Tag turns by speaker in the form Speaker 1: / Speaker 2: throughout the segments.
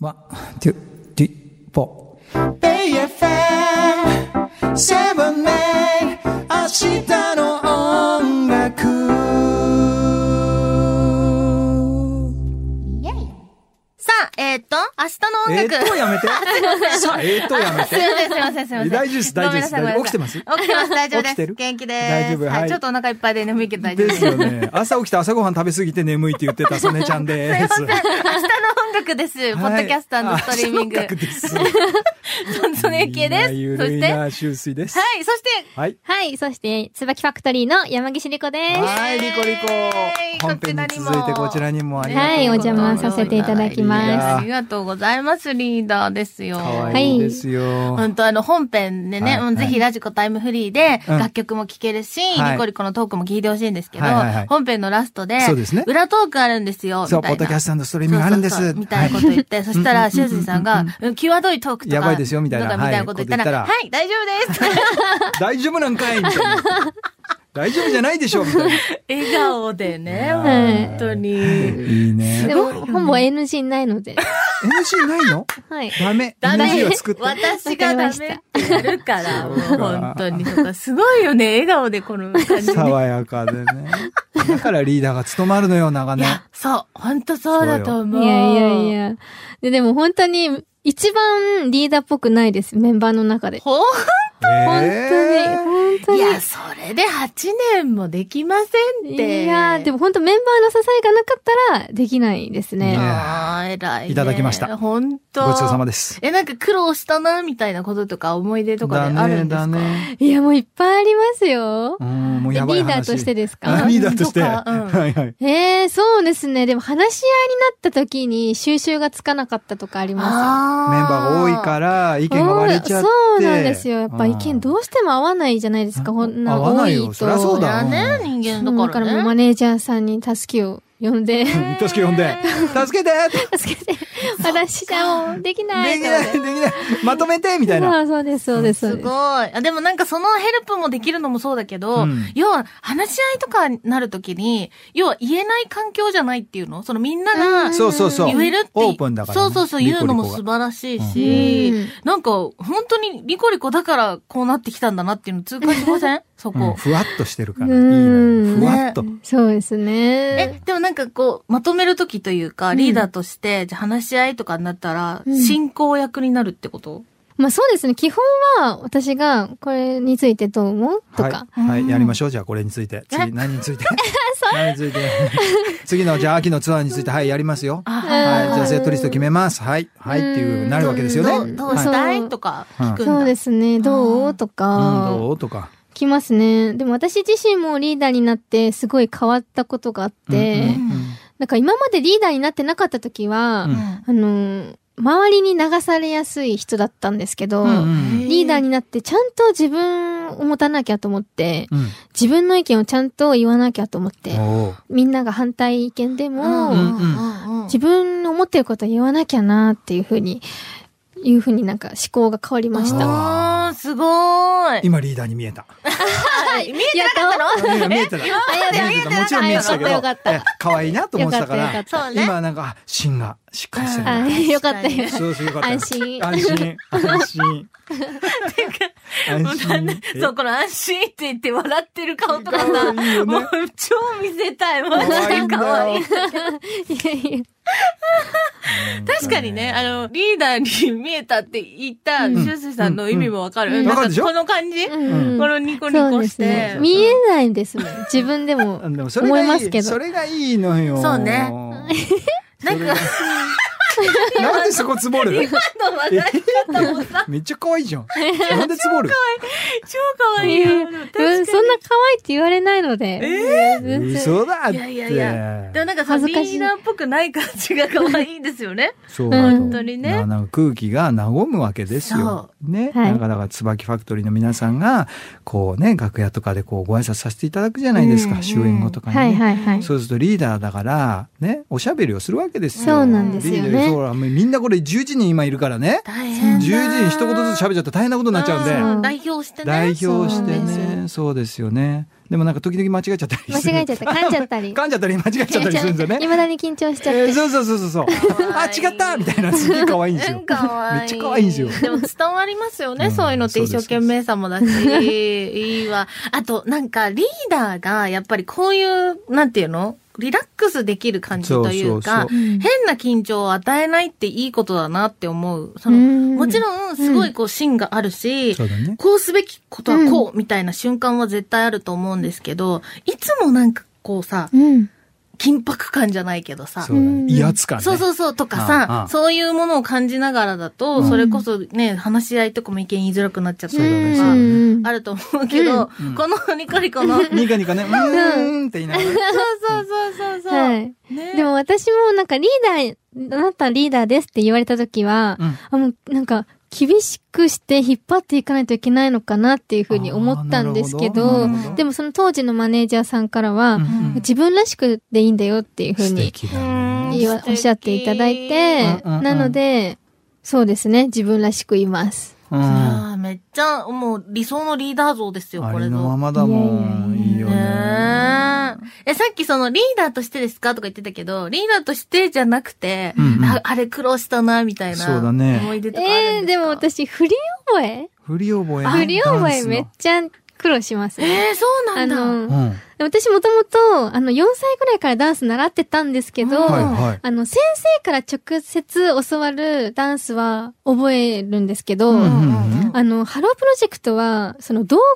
Speaker 1: ワン、ツー、ティー、フォー。
Speaker 2: AFM7 年明日の音楽
Speaker 3: さあ、えーっと、明
Speaker 1: え
Speaker 3: 日
Speaker 1: ー
Speaker 3: の音楽。
Speaker 1: っと、やめ て。さあ、えーっと、やめ
Speaker 3: す
Speaker 1: て。
Speaker 3: いません、すいません、すいません。
Speaker 1: 大丈夫です大丈夫です
Speaker 3: ごめんなさい
Speaker 1: 起きてます
Speaker 3: ごめんなさい起きてます、大丈夫
Speaker 1: 起き
Speaker 3: で
Speaker 1: て
Speaker 3: す。
Speaker 1: る
Speaker 3: 元気です。
Speaker 1: 大丈夫はい
Speaker 3: はい。ちょっとお腹いっぱいで眠いけど大丈夫
Speaker 1: で
Speaker 3: です。
Speaker 1: すよね。朝起きて朝ごはん食べ過ぎて眠いって言ってた、曽根ちゃん です。
Speaker 3: すいません明日の音楽です。ポッドキャスターのストリーミング。
Speaker 1: はいあ小学です。
Speaker 3: そのゆきえです。そ
Speaker 1: ゆ
Speaker 3: し
Speaker 1: るい
Speaker 3: て、は
Speaker 1: な、修水です。
Speaker 3: い、そして、
Speaker 1: はい。
Speaker 4: はい、そして、椿ファクトリーの山岸莉子です。
Speaker 1: はい、リコリコ
Speaker 3: イエーイ。
Speaker 1: 本編に続いてこちらにもありがとう
Speaker 4: はいお
Speaker 1: ござ
Speaker 4: 邪魔させていただきます
Speaker 3: ありがとうございます、リーダーですよ。
Speaker 1: 可
Speaker 4: は
Speaker 1: 愛いですよ。
Speaker 3: 本当あの本編で
Speaker 1: は
Speaker 3: ね、
Speaker 1: い
Speaker 3: うんぜひラジコタイムフリーで
Speaker 1: うん
Speaker 3: 楽曲も聴けるし、
Speaker 1: はい
Speaker 3: リコリコのトークも聞いてほしいんですけど、
Speaker 1: はいはいはい
Speaker 3: 本編のラストで
Speaker 1: そうですね
Speaker 3: 裏トークあるんですよ、み
Speaker 1: そう、ポ
Speaker 3: た
Speaker 1: ッ
Speaker 3: い
Speaker 1: ドキ
Speaker 3: な
Speaker 1: ャ。スターのストリーミングあるんで
Speaker 3: そうそう
Speaker 1: す。
Speaker 3: そうみたいなこと 言って、そしたら、しゅうすいさんが、うん際どいトークとか。
Speaker 1: やばいですよみたいな
Speaker 3: とかみたいなこと言ったら、
Speaker 1: はい
Speaker 3: はい、大丈夫です
Speaker 1: 大丈夫なんかいみたいな。大丈夫じゃないでしょみたいな。
Speaker 3: 笑顔でね、
Speaker 1: はい
Speaker 3: 本当に。
Speaker 1: いいね。
Speaker 4: でも、ほぼ NG ない ので。
Speaker 1: NG ないの
Speaker 4: はい。
Speaker 1: ダメ。
Speaker 3: ダメ
Speaker 1: NG を作って。
Speaker 3: 私がダメってやるから、もう
Speaker 1: そうか
Speaker 3: 本当に。とかすごいよね、笑顔でこの感じね。
Speaker 1: 爽やかでね。だからリーダーが務まるのよ、長
Speaker 3: い
Speaker 1: 年。
Speaker 3: や、そう、本当そうだと
Speaker 4: い
Speaker 3: 思う。
Speaker 4: やいやいや。で、でも本当に、一番リーダーっぽくないです、メンバーの中で。
Speaker 3: ほん
Speaker 4: 本
Speaker 1: えー
Speaker 4: 当に、本当
Speaker 3: い
Speaker 4: に。
Speaker 3: や、それで8年もできませんって。
Speaker 4: いやーで
Speaker 3: も、
Speaker 4: も本当メンバーの支えがなかったらできないですね。
Speaker 1: ね
Speaker 3: あー偉い、ね。
Speaker 1: いただきました
Speaker 3: 本当。
Speaker 1: ごちそうさまです。
Speaker 3: え、なんか苦労したな、みたいなこととか思い出とかであるんです
Speaker 1: だ
Speaker 3: か
Speaker 1: ね、だね。
Speaker 4: いや、もういっぱいありますよ
Speaker 1: う。ん、もう
Speaker 4: えリ
Speaker 1: やばい話。
Speaker 4: ーダーとしてです
Speaker 1: あ
Speaker 4: か
Speaker 1: リーダーとして。
Speaker 3: とかうん
Speaker 1: はいはい。
Speaker 4: えー、そうですね。でも話し合いになった時に収集がつかなかったとかありますよ。
Speaker 3: あ。
Speaker 1: メンバーが多いからら、意見が割れちゃって。
Speaker 4: そうなんですよ。やっぱ意見
Speaker 1: う
Speaker 4: どうしても合わないじゃないですか。
Speaker 1: うん
Speaker 4: こんな
Speaker 1: 合わ
Speaker 4: 多
Speaker 1: ない
Speaker 4: い
Speaker 1: よ
Speaker 4: と。
Speaker 1: そりゃそうだ
Speaker 3: ね、人
Speaker 4: うん
Speaker 3: 間
Speaker 4: だ
Speaker 3: だ
Speaker 4: か
Speaker 3: から
Speaker 4: もう
Speaker 3: ら
Speaker 4: マ
Speaker 3: ね。
Speaker 4: ネージャーさんに助けを呼 んで、
Speaker 1: ん助け呼んで。助けて
Speaker 4: 助けて、私じゃもうできない
Speaker 1: できない、できない。まとめてみたいな。
Speaker 4: そうそうです、そうです、そう
Speaker 3: す
Speaker 4: で
Speaker 3: ご
Speaker 4: す
Speaker 3: い。。あでもなんかそのヘルプもできるのもそうだけど、
Speaker 1: うん
Speaker 3: 要は話し合いとかになるときに、要は言えない環境じゃないっていうのそのみんなが、
Speaker 4: うん
Speaker 1: そうそうそう。
Speaker 3: 言えるって。
Speaker 1: オープンだからね。
Speaker 3: そうそうそう、言うのも
Speaker 1: リコ
Speaker 3: 素
Speaker 1: リコが
Speaker 3: 晴らしいし、
Speaker 4: うん
Speaker 3: なんか、本当にリコリコだからこうなってきたんだなっていうの痛感しませんそこ。
Speaker 1: うんふわっとしてるから。いい
Speaker 4: うん
Speaker 1: のよふわっと。
Speaker 4: そうです
Speaker 3: え
Speaker 4: ね。、
Speaker 3: でもなんかこう、まとめるときというか、
Speaker 4: ん
Speaker 3: リーダーとして、じゃあ話し合いとかになったら、
Speaker 4: うん
Speaker 3: 進行役になるってこと
Speaker 4: まあそうですね。基本は私がこれについてどう思うと
Speaker 1: はい
Speaker 4: か。。
Speaker 1: はい、やりましょう。じゃあ、これについて。次、何につ いて何について 次の、じゃあ、秋のツアーについて、はい、やりますよ。
Speaker 3: あ、
Speaker 4: うん
Speaker 1: はい、じゃあ、セットリスト決めます。はい、はい、っていう、なるわけですよ
Speaker 3: ど
Speaker 1: ね。
Speaker 3: う、
Speaker 4: ん
Speaker 3: ど
Speaker 1: は
Speaker 3: う
Speaker 1: い
Speaker 3: した
Speaker 4: そ
Speaker 3: いうとか聞くんだ。
Speaker 4: そうですね。ど
Speaker 3: あー
Speaker 4: うと
Speaker 1: うん、
Speaker 4: か
Speaker 1: ど。うとか。
Speaker 4: きますね。でも私自身もリーダーになってすごい変わったことがあっ
Speaker 1: うん
Speaker 4: て
Speaker 1: う、んうん
Speaker 4: なんか今までリーダーになってなかった時は
Speaker 1: う、ん
Speaker 4: あのー、周りに流されやすい人だったんですけど、
Speaker 1: うん
Speaker 3: へ
Speaker 4: リーダーになってちゃんと自分を持たなきゃと思って、
Speaker 1: うん
Speaker 4: 自分の意見をちゃんと言わなきゃと思っ
Speaker 1: う
Speaker 4: て
Speaker 1: ん、おー
Speaker 4: みんなが反対意見でも、
Speaker 1: うん
Speaker 4: 自分の思ってることを言わなきゃなっていうふうに、いうふうになんか思考が変わりました。
Speaker 3: あー、すごーい。
Speaker 1: 今リーダーに見えた。
Speaker 3: 見えてなかったの
Speaker 1: 今見えてた。今
Speaker 4: まで
Speaker 1: 見えてたもちろん見えてたけど、
Speaker 4: よかったよ
Speaker 1: え可愛いなと思ってたか
Speaker 4: よかっ
Speaker 1: ら、
Speaker 3: たよかった
Speaker 1: 今なんか、あ芯がしっかりしてる。
Speaker 4: あよ かったよ。
Speaker 1: そうそうよかった。
Speaker 4: 安心
Speaker 1: 安心。安心。安心。え
Speaker 3: そう、この安心って言って笑ってる顔と
Speaker 1: 可
Speaker 3: かさ、
Speaker 1: 愛いよ
Speaker 3: もう
Speaker 1: ね。
Speaker 3: 超見せたい。マジ
Speaker 1: 可愛い
Speaker 3: で
Speaker 1: んだよ
Speaker 3: 可愛い。
Speaker 4: いやいや
Speaker 3: 確かにね、あの、リーダーに見えたって言った、シ
Speaker 1: ん
Speaker 3: ュースさんの意味もわか
Speaker 4: うん
Speaker 3: る。
Speaker 4: うん
Speaker 3: な
Speaker 1: わ
Speaker 3: ん
Speaker 1: かるでしょ
Speaker 3: この感じ、
Speaker 4: うん
Speaker 3: このニコニ
Speaker 4: そう
Speaker 3: コ
Speaker 4: で
Speaker 3: し
Speaker 4: すね
Speaker 3: て。。
Speaker 4: 見えないんですもん。自分 でも
Speaker 1: あでもそれがい
Speaker 4: 思いますけ
Speaker 1: い、
Speaker 4: ど
Speaker 1: そ。れがいいのよ。
Speaker 3: そうね
Speaker 1: それが。 なんでそこつぼる
Speaker 3: 今の笑い方も さ、
Speaker 1: めっちゃ可愛いじゃん。なんでつ ぼる
Speaker 3: 超可愛い
Speaker 4: いや
Speaker 3: よ。確か
Speaker 4: う
Speaker 3: に
Speaker 4: んそんな可愛いって言われないので。え
Speaker 1: 嘘だっ
Speaker 3: いやいやいや。でも
Speaker 1: て。
Speaker 3: なんかさ、
Speaker 4: 恥
Speaker 3: リ
Speaker 4: ずかしい
Speaker 3: ーダーっぽくない感じが可愛いですよね。
Speaker 1: そう
Speaker 4: 本
Speaker 3: 当にね
Speaker 1: ななんか空気が和むわけですよ
Speaker 3: そ。
Speaker 1: ね。
Speaker 4: はい
Speaker 1: なんかだから、椿ファクトリーの皆さんが、こうね、楽屋とかでこうご挨拶させていただくじゃないです
Speaker 3: うん
Speaker 1: か、終演後とかに
Speaker 4: はい
Speaker 1: ね。
Speaker 4: はいはい。
Speaker 1: そうするとリーダーだから、ね、おしゃべりをするわけですよ。
Speaker 4: そうなんですよね
Speaker 1: リーダーそうほらもうみんなこれ10人今いるからね。
Speaker 3: 大
Speaker 1: 10
Speaker 3: 変
Speaker 1: 人
Speaker 3: だ。
Speaker 1: 一言ずつ喋っちゃったら大変なことになっちゃうんで。
Speaker 4: うん
Speaker 3: 代表してね。
Speaker 1: 代表して
Speaker 4: そうなんです
Speaker 1: ねそうですよねでもなんか時々間違えちゃったりする
Speaker 4: 間違えちゃった噛んじゃったり
Speaker 1: 噛んじゃったり間違えちゃったりするんですよね
Speaker 4: いまだに緊張しちゃっ
Speaker 1: え
Speaker 4: て
Speaker 1: ーそうそうそうそうそう
Speaker 3: わ
Speaker 1: あ
Speaker 3: いい
Speaker 1: 違ったみたい なすげえ可愛いんです
Speaker 3: う
Speaker 1: よ
Speaker 3: ん、かわいい。
Speaker 1: めっちゃ可愛いんですよ
Speaker 3: でも伝わりますよね、
Speaker 1: うん
Speaker 3: そういうのって
Speaker 1: そう
Speaker 3: 一
Speaker 1: です
Speaker 3: 生懸命さも だし。いいわ。あと、なんか、リーダーが、やっぱりこういう、なんていうのリラックスできる感じというか、
Speaker 1: そうそうそう
Speaker 4: うん
Speaker 3: 変な緊張を与えないっていいことだなって思う。その、
Speaker 4: うん
Speaker 3: もちろん、すごいこう、芯があるし、
Speaker 1: そうだね
Speaker 3: こうすべきことはこう、みたいな瞬間は絶対あると思うんですけど、いつもなんかこうさ、
Speaker 4: うん
Speaker 3: 緊迫感じゃないけどさ、
Speaker 1: そうだね威圧感ね
Speaker 3: そうそううそうとか
Speaker 1: あああ
Speaker 3: さ
Speaker 1: あ、
Speaker 3: そういうものを感じながらだと、
Speaker 1: うん
Speaker 3: それこそね、話し合いとかも意見言いづらくなっちゃった
Speaker 1: そうだね
Speaker 3: り
Speaker 1: そう
Speaker 3: と
Speaker 1: だ
Speaker 3: か
Speaker 1: ね、
Speaker 3: あると思うけど、
Speaker 1: うん
Speaker 3: このニコニコの、そう
Speaker 1: ニカニカねうーんって言いながら
Speaker 3: そうそうそうそう。
Speaker 4: はい。
Speaker 3: ね
Speaker 4: でも私もなんかリーダー、あなたリーダーですって言われた時は、
Speaker 1: うん
Speaker 4: あもうなんか厳しくして引っ張っていかないといけないのかなっていうふうに思ったんですけ
Speaker 1: あ
Speaker 4: ど
Speaker 1: ーなるほど
Speaker 4: でもその当時のマネージャーさんからは、
Speaker 1: うんうん
Speaker 4: 自分らしくでいいんだよっていうふう
Speaker 1: 素
Speaker 4: に
Speaker 1: 敵
Speaker 3: う
Speaker 1: だ
Speaker 3: ん
Speaker 1: ね
Speaker 4: 言わ
Speaker 3: 素敵
Speaker 4: おっしゃっていただいて、
Speaker 1: うんうんうん
Speaker 4: なので、そうですね、自分らしくいます。
Speaker 1: う
Speaker 3: いや
Speaker 1: ん
Speaker 3: ーめっちゃ、もう理想のリーダー像ですよ、
Speaker 1: あ
Speaker 3: こ
Speaker 1: り
Speaker 3: れ
Speaker 1: のままだ
Speaker 3: ぞ。
Speaker 1: もんいいよ
Speaker 3: ね
Speaker 1: ね
Speaker 3: え。え、さっきそのリーダーとしてですかとか言ってたけど、リーダーとしてじゃなくて、
Speaker 1: うんうん
Speaker 3: ああれ苦労したな、みたいな。
Speaker 1: そうだね
Speaker 3: 思い出とかあ
Speaker 4: え
Speaker 3: るんです
Speaker 4: ー、で
Speaker 3: か。
Speaker 4: も私、振り覚え
Speaker 1: 振り覚え
Speaker 4: 振り覚えめっ
Speaker 1: ち
Speaker 4: ちゃ苦労しますね。
Speaker 3: えー、そうな
Speaker 4: あ
Speaker 3: んだ。
Speaker 4: の、
Speaker 1: うんはい
Speaker 4: 私もともと、あの、4歳ぐらいからダンス習ってたんですけど、
Speaker 3: うん
Speaker 1: はい
Speaker 4: あの、先生から直接教わるダンスは覚えるるんですけど、
Speaker 1: うんうんうん
Speaker 4: あの、ハロープロジェクトは、その動画を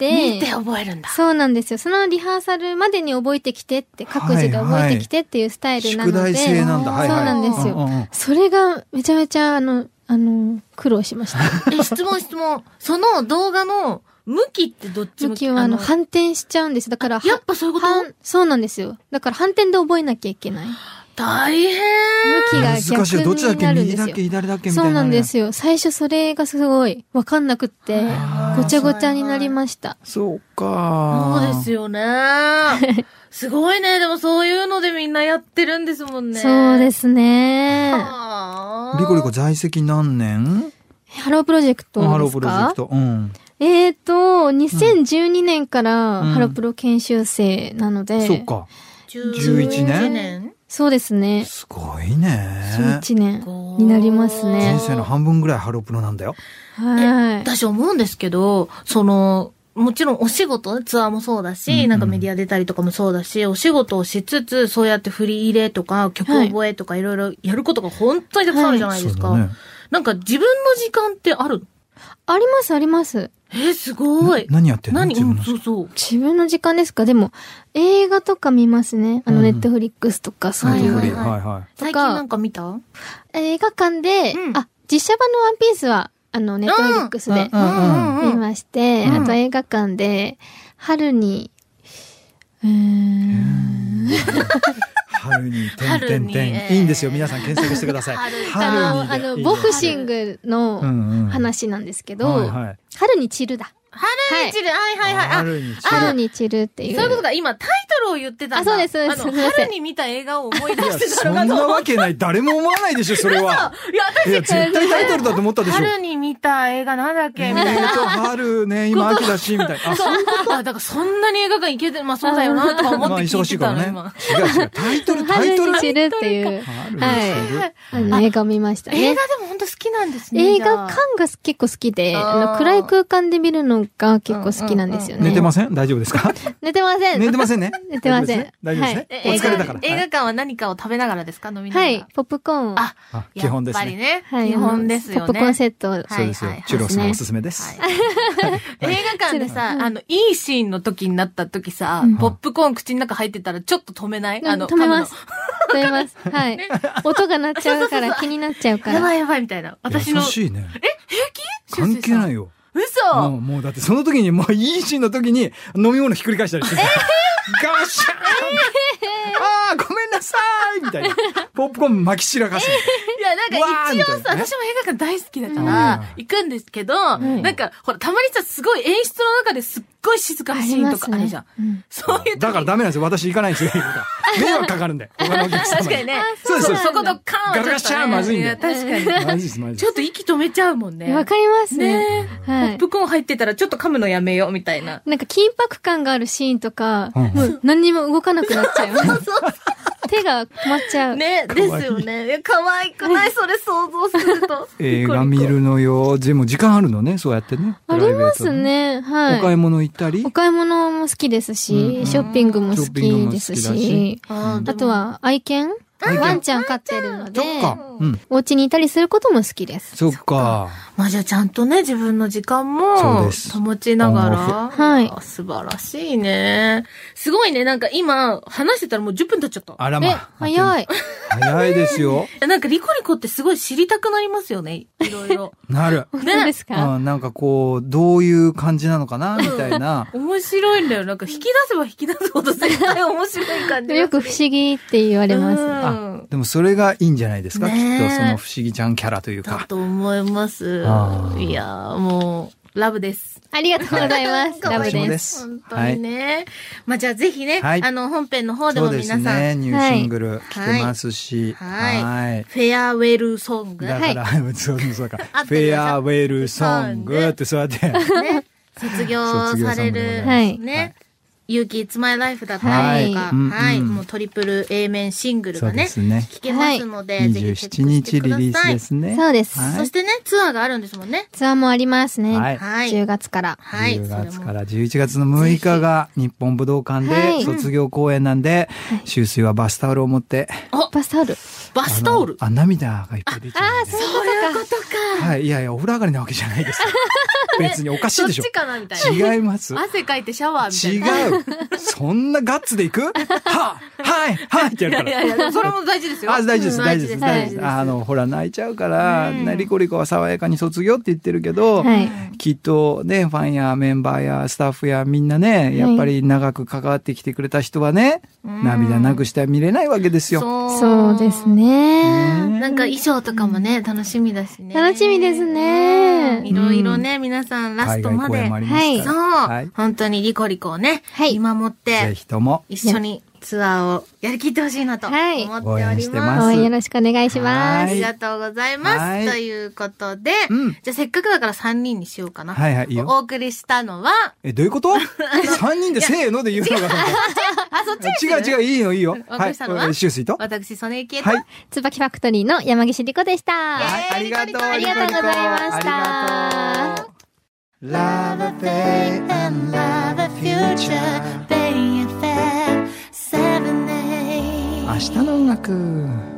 Speaker 4: 見て、
Speaker 3: 見て覚えるんだ。
Speaker 4: そうなんですよ。そのリハーサルまでに覚えてきてって、各自が覚えてきてっていうスタイルなの
Speaker 1: 宿
Speaker 4: で、
Speaker 1: 題制なんだはいはい
Speaker 4: そうなんですよ
Speaker 1: うんうんうん
Speaker 4: それがめちゃめちゃ、あの、あの、苦労しました。
Speaker 3: え、質問質問。その動画の向きってどっち向
Speaker 4: 向
Speaker 3: き
Speaker 4: きは、あの、反転しちゃうんです。だから、
Speaker 3: やっぱそういうこと
Speaker 4: 反そうなんですよ。だから反転で覚えなきゃいけない。向
Speaker 3: 大変
Speaker 4: きが
Speaker 1: 難しいよどっちだっ
Speaker 4: 逆に
Speaker 1: け
Speaker 4: なるん
Speaker 1: 右
Speaker 4: で
Speaker 1: だっ
Speaker 4: す
Speaker 1: け
Speaker 4: よ。
Speaker 1: 左だっけみたい
Speaker 4: そうなん
Speaker 1: るや
Speaker 4: で
Speaker 1: つ
Speaker 4: すよ。最初それがすごいわかんなくって、ごちゃごちゃになりました。
Speaker 1: そう
Speaker 3: そう
Speaker 1: か。
Speaker 3: ですよね。すごいね。でもそういうのでみんなやってるんですもんね。。
Speaker 4: そうですすね。ハ
Speaker 3: あー
Speaker 1: リコリコ在籍何年
Speaker 4: ロープロジェクトですか
Speaker 1: ハロープロジェクト。うん。
Speaker 4: えーと、2012年からハロプロ研修生なので、
Speaker 1: そうか。
Speaker 3: 11
Speaker 1: 11
Speaker 3: 年
Speaker 4: そうですね。
Speaker 1: すごい
Speaker 4: そう
Speaker 1: ね。
Speaker 4: 1年になりますね
Speaker 1: 人。生の半分ぐらいハロプロなんだよ。
Speaker 4: はい。
Speaker 3: 私思うんですけど、その、もちろんお仕事、ツアーもそうだし、
Speaker 1: うんうん
Speaker 3: なんかメディア出たりとかもそうだし、お仕事をしつつ、そうやって振り入れとか、曲覚えとか、いろいろやることが本当にたくさんあるじゃないですか。
Speaker 1: そうだね
Speaker 3: なんか自分の時間ってある
Speaker 4: あります、あります。
Speaker 3: えー、すごい。
Speaker 1: 何やってんの
Speaker 3: 何
Speaker 1: 自
Speaker 3: う
Speaker 1: 分
Speaker 3: ん、
Speaker 1: の。
Speaker 3: そうそう。
Speaker 4: 自分の時間ですかでも、映画とか見ますね。あ
Speaker 1: う
Speaker 4: の、
Speaker 1: ん
Speaker 4: ネットフリックスとか、そう
Speaker 1: はい
Speaker 4: いう。
Speaker 1: はい
Speaker 3: はい
Speaker 1: は
Speaker 3: 最近なんか見たうん
Speaker 4: 映画館で、
Speaker 3: うん
Speaker 4: あ、実写版のワンピースは、あの、ネットフリックスで
Speaker 1: うんうん
Speaker 4: 見まして、
Speaker 1: うん
Speaker 4: あと映画館で、春に、うーん、
Speaker 1: 春に、てんてん
Speaker 3: 春に
Speaker 1: て
Speaker 3: え
Speaker 1: ん。
Speaker 3: ー
Speaker 1: いいんですよ。皆さん検索してください。
Speaker 3: 春に
Speaker 1: 春に
Speaker 4: あの、
Speaker 1: で。
Speaker 4: あの
Speaker 1: いいよ
Speaker 4: ボクシングの、
Speaker 1: うんうん
Speaker 4: 話なんですけど、
Speaker 1: はいはい
Speaker 4: 春に散るだ。
Speaker 3: 春に散る、はい、はいはいはい
Speaker 1: 春に散る
Speaker 4: 春に散るっていう。
Speaker 3: あ、そういうことか、今タイトルを言ってたんだ。
Speaker 4: あそうですそうです
Speaker 3: あの
Speaker 4: すいません
Speaker 3: 春に見た映画を思い出
Speaker 1: いや
Speaker 3: して
Speaker 1: そ
Speaker 3: た
Speaker 1: ん
Speaker 3: のかと
Speaker 1: な
Speaker 3: 思っ
Speaker 1: わけない。誰も思わないでしょ、それは。
Speaker 3: た。いや、私
Speaker 1: いや、絶対タイトルだと思ったでしょ。
Speaker 3: 春に見た映画なんだっけみたい
Speaker 1: えーと
Speaker 3: な。
Speaker 1: 春ね、今秋だし、みたいな。あ、そう
Speaker 3: あ、だからそんなに映画館行けて、まあそうだよな、とか思
Speaker 1: ま
Speaker 3: っ
Speaker 1: あ
Speaker 3: て聞
Speaker 1: 忙
Speaker 3: い
Speaker 1: しい
Speaker 3: て
Speaker 1: か
Speaker 3: たの、
Speaker 1: ら
Speaker 3: 今
Speaker 1: ね。。違う違う。タイ トル、タイト
Speaker 4: 春
Speaker 1: ル。
Speaker 4: に散るっていう、
Speaker 1: 春
Speaker 4: はい
Speaker 1: に散る
Speaker 4: あの映画見ました
Speaker 3: 映
Speaker 4: ね
Speaker 3: 画。でも本当好きなんですね。
Speaker 4: 映
Speaker 3: じゃ
Speaker 4: 画
Speaker 3: あ
Speaker 4: 館が結構好きで、
Speaker 3: あ
Speaker 4: あ
Speaker 3: ー
Speaker 4: の暗い空間で見るのが結構好きなんですよね。
Speaker 1: 寝てません大丈夫ですか
Speaker 4: 寝てません。
Speaker 1: 寝てませんね
Speaker 4: 寝てません
Speaker 1: 大丈夫ですね
Speaker 3: え
Speaker 1: 大
Speaker 3: 映
Speaker 1: 丈夫ですね。お疲
Speaker 3: 画
Speaker 1: れだから。
Speaker 3: 映画館は何かを食べながらですか飲みながら。
Speaker 4: はい、ポップコーンを。
Speaker 3: あ、
Speaker 1: あ基本です
Speaker 3: やっぱり
Speaker 1: ね。
Speaker 3: ね。
Speaker 4: はい、
Speaker 3: 基本ですよね。
Speaker 4: ポップコーンセット。
Speaker 3: ト
Speaker 1: そうですよ。チュロスのおすすめです。
Speaker 3: 映画館でさ、あの、いいシーンの時になった時さ、
Speaker 4: うん
Speaker 3: ポップコーン口の中入ってたらちょっと止めない、
Speaker 4: うん
Speaker 3: あの、
Speaker 4: 止めます
Speaker 3: 噛。
Speaker 4: 止めます。 はい。音が鳴っちゃうから気になっちゃう
Speaker 3: む
Speaker 4: か
Speaker 3: のや
Speaker 4: ら。
Speaker 3: ばいやばいみたいな。私
Speaker 1: 優
Speaker 3: の。
Speaker 1: しいね。
Speaker 3: 平気
Speaker 1: 関係ない
Speaker 3: よ。
Speaker 1: よ。
Speaker 3: 嘘、
Speaker 1: もう、もうだってその時に、もういいシーンの時に飲み物ひっくり返したりしてたガシャーンああ、ごめんなくださいみたいな。ポップコーン巻き散らかすみたいな。
Speaker 3: いや、なんか
Speaker 1: わーみ
Speaker 3: 一応
Speaker 1: たい
Speaker 3: さ、
Speaker 1: なね
Speaker 3: 私も映画館大好きだから、行くんですけど、なんか、ほら、たまにさ、すごい演出の中ですっごい静かなシーンとかあるじゃん。
Speaker 4: ありますね
Speaker 3: そういう時
Speaker 1: だからダメなんですよ。私行かないんですよ。映画館迷惑かかるんで。他のお客様
Speaker 3: 確かにね。
Speaker 1: そうですそうです
Speaker 3: そことカーンはちょっと、ね。
Speaker 1: ガラガシャーまずいんだよ
Speaker 3: や確かに。
Speaker 1: マジです、マジ
Speaker 3: ち
Speaker 1: で
Speaker 3: ょっと息止めちゃうもんね。
Speaker 4: わかりますね。
Speaker 3: ねえ、
Speaker 4: はい
Speaker 3: ポップコーン入ってたらちょっと噛むのやめようみたいな。
Speaker 4: なんか緊迫感があるシーンとか、
Speaker 1: うん
Speaker 4: もう何にも動かなくなっちゃいます。 手が止まっちゃう。
Speaker 3: ね、ですよね。いや、可愛く ないそれ想像すると。
Speaker 1: す。 映画見るのよ。でも時間あるのね、そうやってね。
Speaker 4: あります
Speaker 1: プライベートでね。お
Speaker 4: ね。は
Speaker 1: 買い
Speaker 4: い。
Speaker 1: 物行ったり
Speaker 4: お。買い物も好きですし、
Speaker 1: うん
Speaker 4: ショッピングも好きです
Speaker 1: ショッピン
Speaker 4: し、
Speaker 3: あ
Speaker 4: あと、は愛犬
Speaker 1: 犬
Speaker 4: ワンちゃん飼ってるので
Speaker 1: そ、っか。うん。
Speaker 4: お家にいたりすることも好きです。
Speaker 1: そっか。
Speaker 3: まあじゃあちゃんとね、自分の時間
Speaker 1: そう
Speaker 3: も
Speaker 1: です
Speaker 3: 保ちなが
Speaker 1: オ
Speaker 3: ら。
Speaker 4: はい
Speaker 3: あ素晴らしいね。すごいね、なんか今、話してたらもう10分経っちゃった。
Speaker 1: あら
Speaker 4: え、
Speaker 1: ま。
Speaker 4: 早
Speaker 1: い。
Speaker 4: い。
Speaker 1: 早いですよ。
Speaker 3: なんかリコリコってすごい知りたくなりますよね、いろ いろ。
Speaker 1: なる。
Speaker 4: 本当ですか
Speaker 1: うん、なんかこう、どういう感じなのかな、みたいな。
Speaker 3: 面白いんだよ。なんか引き出せば引き出すほど 絶対面白い感じが
Speaker 4: でもよく不思議って言われます。
Speaker 3: うん
Speaker 1: でもそれがいいんじゃないですか、
Speaker 3: ねえ
Speaker 1: きっとその不思議ちゃんキャラという
Speaker 3: だ
Speaker 1: か。
Speaker 3: と思います
Speaker 1: あ。ー
Speaker 3: いやー、もう、ラブです。
Speaker 4: ありがとうござい ます。
Speaker 3: はい
Speaker 4: ラブ
Speaker 1: 私も
Speaker 4: で。
Speaker 1: ですす
Speaker 3: 本当にね。まあ、じゃあぜひね、
Speaker 1: はい
Speaker 3: あの、本編の方で
Speaker 1: そ
Speaker 3: も
Speaker 1: うで
Speaker 3: 皆さ
Speaker 1: す
Speaker 3: ん、
Speaker 1: ね。ニューシングル来てますし。
Speaker 3: はい
Speaker 1: はい。
Speaker 3: フェアウェルソング。
Speaker 1: だ
Speaker 3: ね
Speaker 1: から、そうそうか。
Speaker 3: 合っ
Speaker 1: フ
Speaker 3: てるでしょ
Speaker 1: ェアウェルソングってそうやって。 卒業ソングでござい
Speaker 3: 卒業される、
Speaker 4: ます
Speaker 3: ね。勇気 It's My Life だったりとか、
Speaker 1: はいうん
Speaker 3: はい、
Speaker 1: うん
Speaker 3: もうトリプル A 面シングル
Speaker 1: そう
Speaker 3: が
Speaker 1: で
Speaker 3: ね、
Speaker 1: すね。
Speaker 3: 聞けますので、ぜひチェッ
Speaker 1: 27
Speaker 3: クして
Speaker 1: 日
Speaker 3: く
Speaker 1: リ
Speaker 3: ださい。
Speaker 1: リースですね。
Speaker 4: そうです
Speaker 1: はい
Speaker 3: そしてね、ツアーがあるんですもんね。
Speaker 4: ツアーもありますね。
Speaker 1: はい
Speaker 3: はい
Speaker 4: 10月から。
Speaker 3: はい。
Speaker 1: 10月か
Speaker 3: それも
Speaker 1: ら11月の6日が日本武道館
Speaker 4: はい
Speaker 1: で卒業公演なんで、秋水はバスタオルを持って、
Speaker 4: バスタオル。
Speaker 3: バスタオル
Speaker 1: あのあ、涙がいっぱい出ちゃうんで。
Speaker 3: そういうことか。
Speaker 1: はい、いやいや、お風呂上がりなわけじゃないです。 別におかしい
Speaker 3: そっ
Speaker 1: でしょ
Speaker 3: ち。かなみたいな。
Speaker 1: 違います。
Speaker 3: 汗かいてシャワーみたい
Speaker 1: 違
Speaker 3: な。
Speaker 1: う。そんなガッツでいくはあはいはいってやるか
Speaker 3: い
Speaker 1: ら。
Speaker 3: やいや、それも大事ですよ。
Speaker 1: あ、大事です、
Speaker 3: うん
Speaker 1: 大事です、大事です。あの、ほら、泣いちゃうから、なリコリコは爽やかに卒業って言ってるけど、
Speaker 4: はい。
Speaker 1: きっとね、ファンやメンバーやスタッフやみんなね、やっぱり長く関わってきてくれた人はね、涙なくしては見れないわけですよ。
Speaker 3: そ
Speaker 4: そうです。ね。
Speaker 3: なんか衣装とかもね、楽しみだしね。
Speaker 4: 楽しみですね
Speaker 3: いろいろね、皆さんラス
Speaker 1: 海
Speaker 3: ト
Speaker 1: 外
Speaker 3: ま
Speaker 1: 公
Speaker 3: で
Speaker 1: 演もあ。ります
Speaker 3: そ
Speaker 1: か
Speaker 3: う、
Speaker 1: ら。はい
Speaker 3: 本当にリコリコをね、
Speaker 4: はい
Speaker 3: 見守っ
Speaker 1: ぜ
Speaker 3: て、
Speaker 1: ひとも。
Speaker 3: 一緒にツアーをやりきってほしいなと思っ
Speaker 4: はい
Speaker 3: てお
Speaker 1: 応
Speaker 3: ります。
Speaker 1: 援してます
Speaker 4: 応援よろしくお願いしま
Speaker 1: は
Speaker 4: す。
Speaker 1: い
Speaker 3: ありがとうございます。
Speaker 1: はい
Speaker 3: ということで、
Speaker 1: うん
Speaker 3: じゃあせっかくだから3人にしようかな。
Speaker 1: はいはいいいよ
Speaker 3: お送りしたのは、
Speaker 1: え、どういうこと ?3 人でせーので言うのかと思った
Speaker 3: あ、そっちにす
Speaker 1: 違
Speaker 3: る
Speaker 1: う違う、いいよいいよ。
Speaker 3: わかりました
Speaker 1: はい、シュースイと。は
Speaker 3: 私、ソネイケと、
Speaker 1: い。
Speaker 4: 椿ファクトリーの山岸莉子でした。
Speaker 1: はい、ありがとう。
Speaker 3: あり
Speaker 4: がとうございました
Speaker 1: ありがとう。
Speaker 2: Love a day and love a future. Day and fair, seven days.
Speaker 1: 明日の音楽。